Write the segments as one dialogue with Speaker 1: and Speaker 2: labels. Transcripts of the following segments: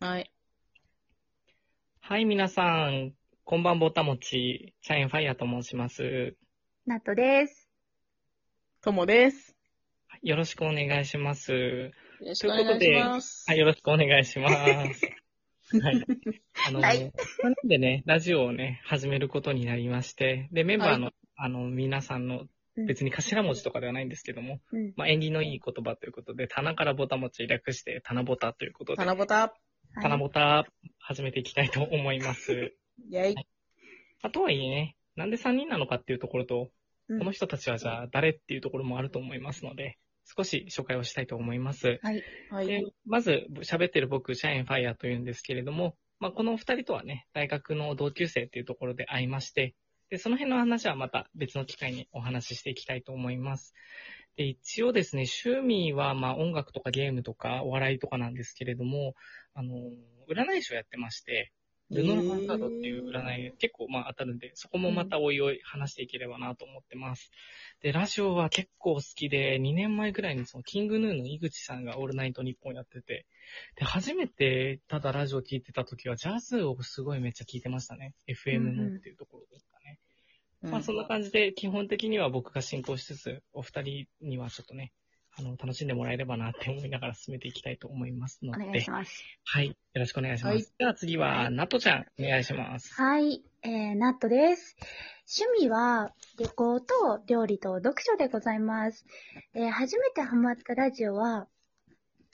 Speaker 1: はい。
Speaker 2: はい、皆さん、こんばんぼたもち、チャインファイヤーと申します。
Speaker 3: ナットです。
Speaker 1: ともです。
Speaker 2: よろしくお願いします。
Speaker 1: よろしくお願いします。
Speaker 2: はい、よろしくお願いします。はい。あの、
Speaker 3: はい
Speaker 2: なんでね、ラジオをね、始めることになりまして、で、メンバーの、
Speaker 1: は
Speaker 2: あの、皆さんの、別に頭文字とかではないんですけども、
Speaker 3: うん。
Speaker 2: まあ、縁起のいい言葉ということで、棚からぼたもち略して、棚ぼたということで、
Speaker 1: 七夕、た
Speaker 2: 棚ぼた始めていきたいと思い ます。
Speaker 1: イェイ。
Speaker 2: あとはいえね、なんで3人なのかっていうところと、
Speaker 3: うん
Speaker 2: この人たちはじゃあ誰っていうところもあると思いますので、少し紹介をしたいと思います。
Speaker 3: はい。
Speaker 1: は
Speaker 2: で
Speaker 1: い。
Speaker 2: まず喋ってる僕、シャインファイヤーというんですけれども、まあ、このお二人とはね、大学の同級生っていうところで会いまして、で、その辺の話はまた別の機会にお話ししていきたいと思います。で、一応ですね、趣味はまあ音楽とかゲームとかお笑いとかなんですけれども、あの、占い師をやってまして、ルノーハンカードっていう占い結構まあ当たるんで、そこもまたおいおい話していければなと思ってます。で、ラジオは結構好きで、2年前ぐらいにそのキングヌーの井口さんがオールナイトニッポンやってて、で、初めてただラジオ聞いてた時はジャズをすごいめっちゃ聞いてましたね。FM のっていうところですかね。
Speaker 1: うん
Speaker 2: まあそんな感じで、基本的には僕が進行しつつ、お二人にはちょっとね、あの、楽しんでもらえればなって思いながら進めていきたいと思いますの
Speaker 3: お
Speaker 2: で、
Speaker 3: 願いします。
Speaker 2: はい。よろしくお願いします。
Speaker 1: はい
Speaker 2: では次は、ナトちゃん、お願いします。
Speaker 3: はい。えー、ナットです。趣味は旅行と料理と読書でございます。えー、初めてハマったラジオは、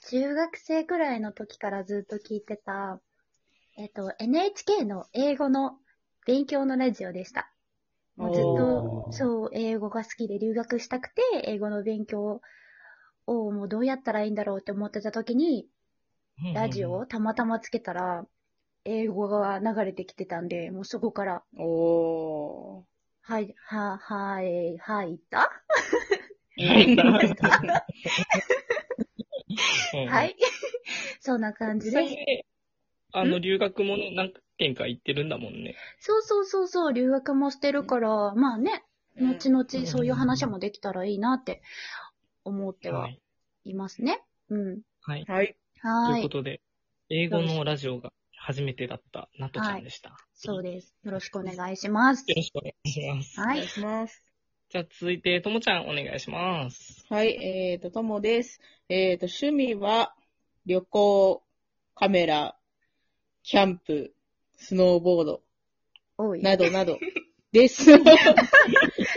Speaker 3: 中学生くらいの時からずっと聞いてた、えっ、と、NHK の英語の勉強のラジオでした。もうずっ
Speaker 2: お
Speaker 3: と
Speaker 2: ー、
Speaker 3: そう、英語が好きで留学したくて、英語の勉強をもうどうやったらいいんだろうって思ってた時に、
Speaker 2: うんうん
Speaker 3: ラジオをたまたまつけたら、英語が流れてきてたんで、もうそこから、
Speaker 1: お
Speaker 3: はい、は、はい、はい、だ
Speaker 2: はい
Speaker 3: は。い。 そんな
Speaker 2: うん
Speaker 3: 感じ
Speaker 2: 実際
Speaker 3: です。
Speaker 2: ねあの、留学もね、何件か行ってるんだもんね。
Speaker 3: そうそうそうそう、留学もしてるから、まあね、
Speaker 1: ー。
Speaker 3: 後々そういう話もできたらいいなって思っては
Speaker 2: はい。
Speaker 3: いますね。うん。
Speaker 2: はい。
Speaker 1: はい。
Speaker 2: と
Speaker 3: は
Speaker 2: いうこ
Speaker 3: い。
Speaker 2: とで、英語のラジオが初めてだったナトちゃんでした。
Speaker 3: そうです。よろしくお願いします
Speaker 2: よ。ろしくお願いします。
Speaker 1: お
Speaker 3: は
Speaker 1: 願い
Speaker 3: い。
Speaker 1: します。
Speaker 2: じゃあ続いて、ともちゃん、お願いします。
Speaker 1: はい。えっと、ともです。えっと、趣味は、旅行、カメラ、キャンプ、スノーボード、
Speaker 3: おい。
Speaker 1: などなど、 です。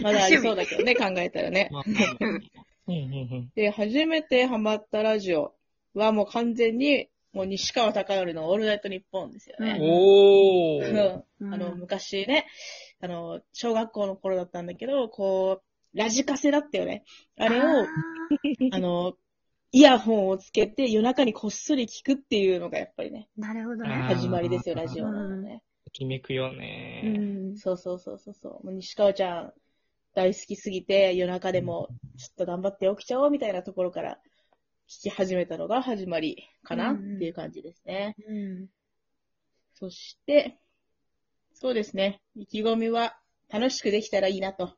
Speaker 1: まだありそうだけどね、考えたらね。
Speaker 2: まあまあまあうんうん
Speaker 1: で、初めてハマったラジオはもう完全に、もう西川貴教のオールナイトニッポンですよ
Speaker 2: うん。
Speaker 1: ね。
Speaker 2: お
Speaker 1: う
Speaker 2: ー。
Speaker 1: ん
Speaker 3: うん
Speaker 1: あの、昔ね、あの、小学校の頃だったんだけど、こう、ラジカセだったよね。あれ
Speaker 3: あ
Speaker 1: を
Speaker 3: ー、
Speaker 1: あの、イヤホンをつけて夜中にこっそり聞くっていうのがやっぱりね、
Speaker 3: なるほど
Speaker 2: あ
Speaker 3: ね。
Speaker 2: ー
Speaker 1: 始まりですよ、ラジオのね。
Speaker 2: きめくよね。
Speaker 1: そうそうそうそうそう。もう西川ちゃん大好きすぎて、夜中でもちょっと頑張って起きちゃおうみたいなところから聞き始めたのが始まりかな
Speaker 3: う
Speaker 1: っ
Speaker 3: んうん
Speaker 1: ていう感じですね。
Speaker 3: うん。
Speaker 1: そして、そうですね。意気込みは楽しくできたらいいなと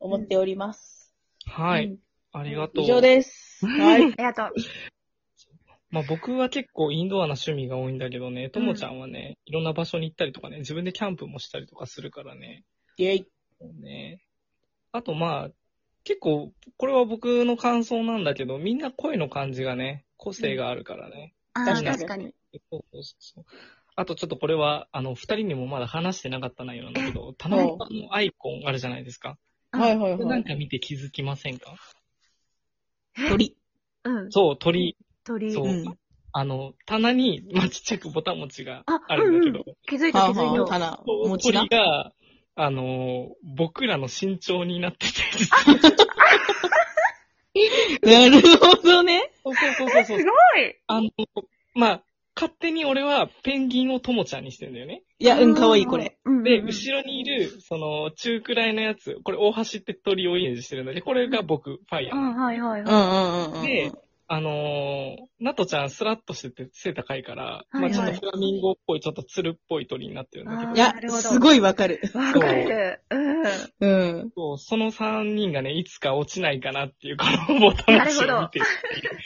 Speaker 1: 思っております。
Speaker 2: は
Speaker 1: う
Speaker 2: い
Speaker 1: ん。
Speaker 2: ありがとう。
Speaker 1: 以上です。はい。
Speaker 3: ありがとう。
Speaker 2: まあ僕は結構インドアな趣味が多いんだけどね、ともちゃんはね、いろんな場所に行ったりとかね、自分でキャンプもしたりとかするからね。
Speaker 1: イェイ。
Speaker 2: もうね。あとまあ、結構、これは僕の感想なんだけど、みんな声の感じがね、個性があるからね。
Speaker 3: ああ、
Speaker 1: 確かに
Speaker 3: 確かに。
Speaker 2: そうそうそう。あとちょっとこれは、あの、二人にもまだ話してなかった内容なんだけど、田中のアイコンあるじゃないですか。
Speaker 1: はいはい
Speaker 2: これな
Speaker 1: は
Speaker 2: ん
Speaker 1: い。
Speaker 2: か見て気づきませんか
Speaker 1: 鳥。。
Speaker 3: うん。
Speaker 2: そう、鳥。
Speaker 3: 鳥。
Speaker 2: そううんあの、棚に、まあ、ちっちゃくボタン持ちが
Speaker 3: あ
Speaker 2: あるんだけど、
Speaker 3: 気づいた
Speaker 1: は
Speaker 3: 気
Speaker 1: あ
Speaker 3: づ
Speaker 1: はあ、
Speaker 3: いた。
Speaker 1: 花、
Speaker 2: そう
Speaker 1: 餅な
Speaker 2: 鳥。が、あの、僕らの身長になってて、
Speaker 1: なるほどね。
Speaker 2: そうそうそうそう。
Speaker 3: い
Speaker 2: あの、まあ、勝手に俺はペンギンをともちゃんにしてんだよね。
Speaker 1: いや、うん、かわいい、これ。。
Speaker 3: うんうんうん
Speaker 2: で、後ろにいる、その、中くらいのやつ、これ大橋って鳥をイメージしてるんだけど、これが僕、ファイヤ
Speaker 3: う
Speaker 2: ー。
Speaker 3: ん、はいはい
Speaker 1: うん
Speaker 3: は
Speaker 1: うん
Speaker 3: い。
Speaker 1: うんうん。
Speaker 2: で、あのー、ナトちゃんスラッとしてて背高いから、まあ
Speaker 3: はい
Speaker 2: ちょ
Speaker 3: は
Speaker 2: っ
Speaker 3: い
Speaker 2: とフラミンゴっぽい、ちょっとつるっぽい鳥になってるんだけど
Speaker 3: あー
Speaker 1: いや
Speaker 3: なる、ほど
Speaker 1: すごいわかる。
Speaker 3: わかる。うん。
Speaker 1: うん。
Speaker 2: そう、その3人がね、いつか落ちないかなっていう、このボタンを見てる。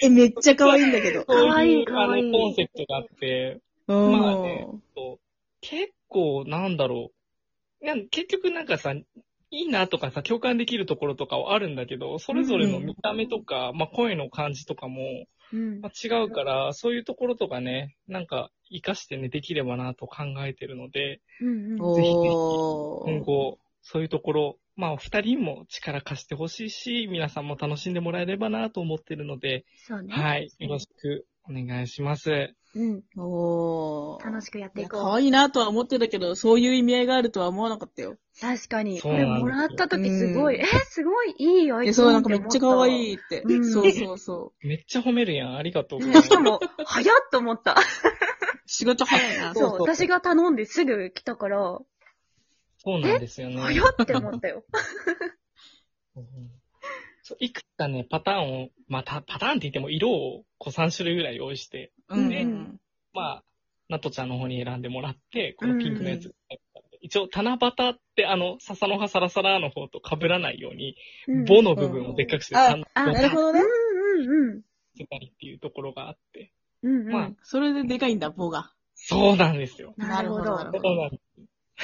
Speaker 1: え、めっちゃ可愛いんだけど。
Speaker 2: そう
Speaker 3: かわいいか
Speaker 2: あ
Speaker 3: わいい
Speaker 2: の、コンセプトがあって、
Speaker 1: うん。
Speaker 2: まあねこう結構、なんだろう。なん結局なんかさ、いいなとかさ、共感できるところとかはあるんだけど、それぞれの見た目とか、まあ声の感じとかも、
Speaker 3: うん
Speaker 2: まあ、違うから、そういうところとかね、なんか活かしてね、できればなと考えてるので、
Speaker 3: うんうん。
Speaker 2: ぜひぜひ
Speaker 1: お
Speaker 2: 今
Speaker 1: ー。
Speaker 2: 後、そういうところ、まあお二人も力貸してほしいし、皆さんも楽しんでもらえればなと思ってるので、
Speaker 3: そうね。
Speaker 2: はい、よろしくお願いします。
Speaker 3: うん。
Speaker 1: おー。
Speaker 3: 楽しくやっ
Speaker 1: い
Speaker 3: てい
Speaker 1: や、
Speaker 3: こ
Speaker 1: 可
Speaker 3: う。
Speaker 1: 愛いなとは思ってたけど、そういう意味合いがあるとは思わなかったよ。
Speaker 3: 確かに。
Speaker 2: そうなんですよ
Speaker 3: もらった時すごい、え、すごいいいよ。
Speaker 1: いや、そう、なんかめっちゃ可
Speaker 3: い。
Speaker 1: 愛いって
Speaker 3: う。ん
Speaker 1: そうそうそう。
Speaker 2: めっちゃ褒めるやん、ありがとうござい
Speaker 3: ね
Speaker 2: ま
Speaker 3: し
Speaker 2: す
Speaker 3: か。も、早っと思った。
Speaker 1: 仕事早いな。
Speaker 3: そう、私が頼んですぐ来たから、
Speaker 2: そうなんですよね。
Speaker 3: 早っって思ったよ。
Speaker 2: うんそういくつかね、パターンを、まあ、たパターンって言っても色をこう3種類ぐらい用意して、
Speaker 1: うん
Speaker 3: ね
Speaker 1: うん。
Speaker 2: まあ、ナトちゃんの方に選んでもらって、このピンクのやつ。一応、七夕って、あの、笹の葉サラサラの方と被らないように、
Speaker 3: うん
Speaker 2: ボの部分をでっかくして、
Speaker 1: うん
Speaker 2: 三
Speaker 3: あ
Speaker 2: 本
Speaker 1: なるほどね。
Speaker 3: うんうん
Speaker 2: つけたりっていうところがあって。
Speaker 3: うん。うんうん。
Speaker 2: まあ
Speaker 1: それででかいんだ、棒が。
Speaker 2: そうなんですよ。
Speaker 3: なるほ
Speaker 1: なる
Speaker 3: ど
Speaker 1: ほ。
Speaker 2: そ
Speaker 1: ど
Speaker 2: うなんです。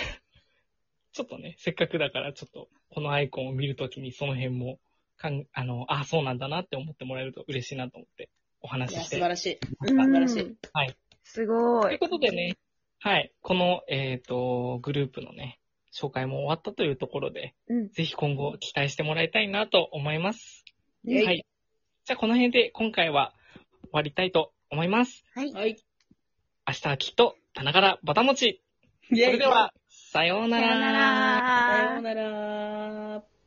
Speaker 2: ちょっとね、 せっかくだから、ちょっと、このアイコンを見るときに、その辺も、かん、あの、あ、そうなんだなって思ってもらえると嬉しいなと思って、お
Speaker 1: い
Speaker 2: 話
Speaker 1: や、
Speaker 2: しし
Speaker 1: 素
Speaker 2: て
Speaker 1: 晴らしい。
Speaker 2: ま
Speaker 1: 素
Speaker 2: した
Speaker 3: うん
Speaker 1: 晴らしい。
Speaker 2: はい。
Speaker 3: すご
Speaker 2: という
Speaker 3: い。
Speaker 2: ことでね、はい。この、えっ、と、グループのね、紹介も終わったというところで、
Speaker 3: うん。
Speaker 2: ぜひ今後期待してもらいたいなと思います。
Speaker 1: イェイ
Speaker 2: はい。じゃあこの辺で今回は終わりたいと思います。
Speaker 3: はい。
Speaker 1: はい。
Speaker 2: 明日はきっと棚からバタ持ち。
Speaker 1: そ
Speaker 2: それでは、さような
Speaker 3: さよ
Speaker 2: ら。
Speaker 3: なら
Speaker 1: さようなら。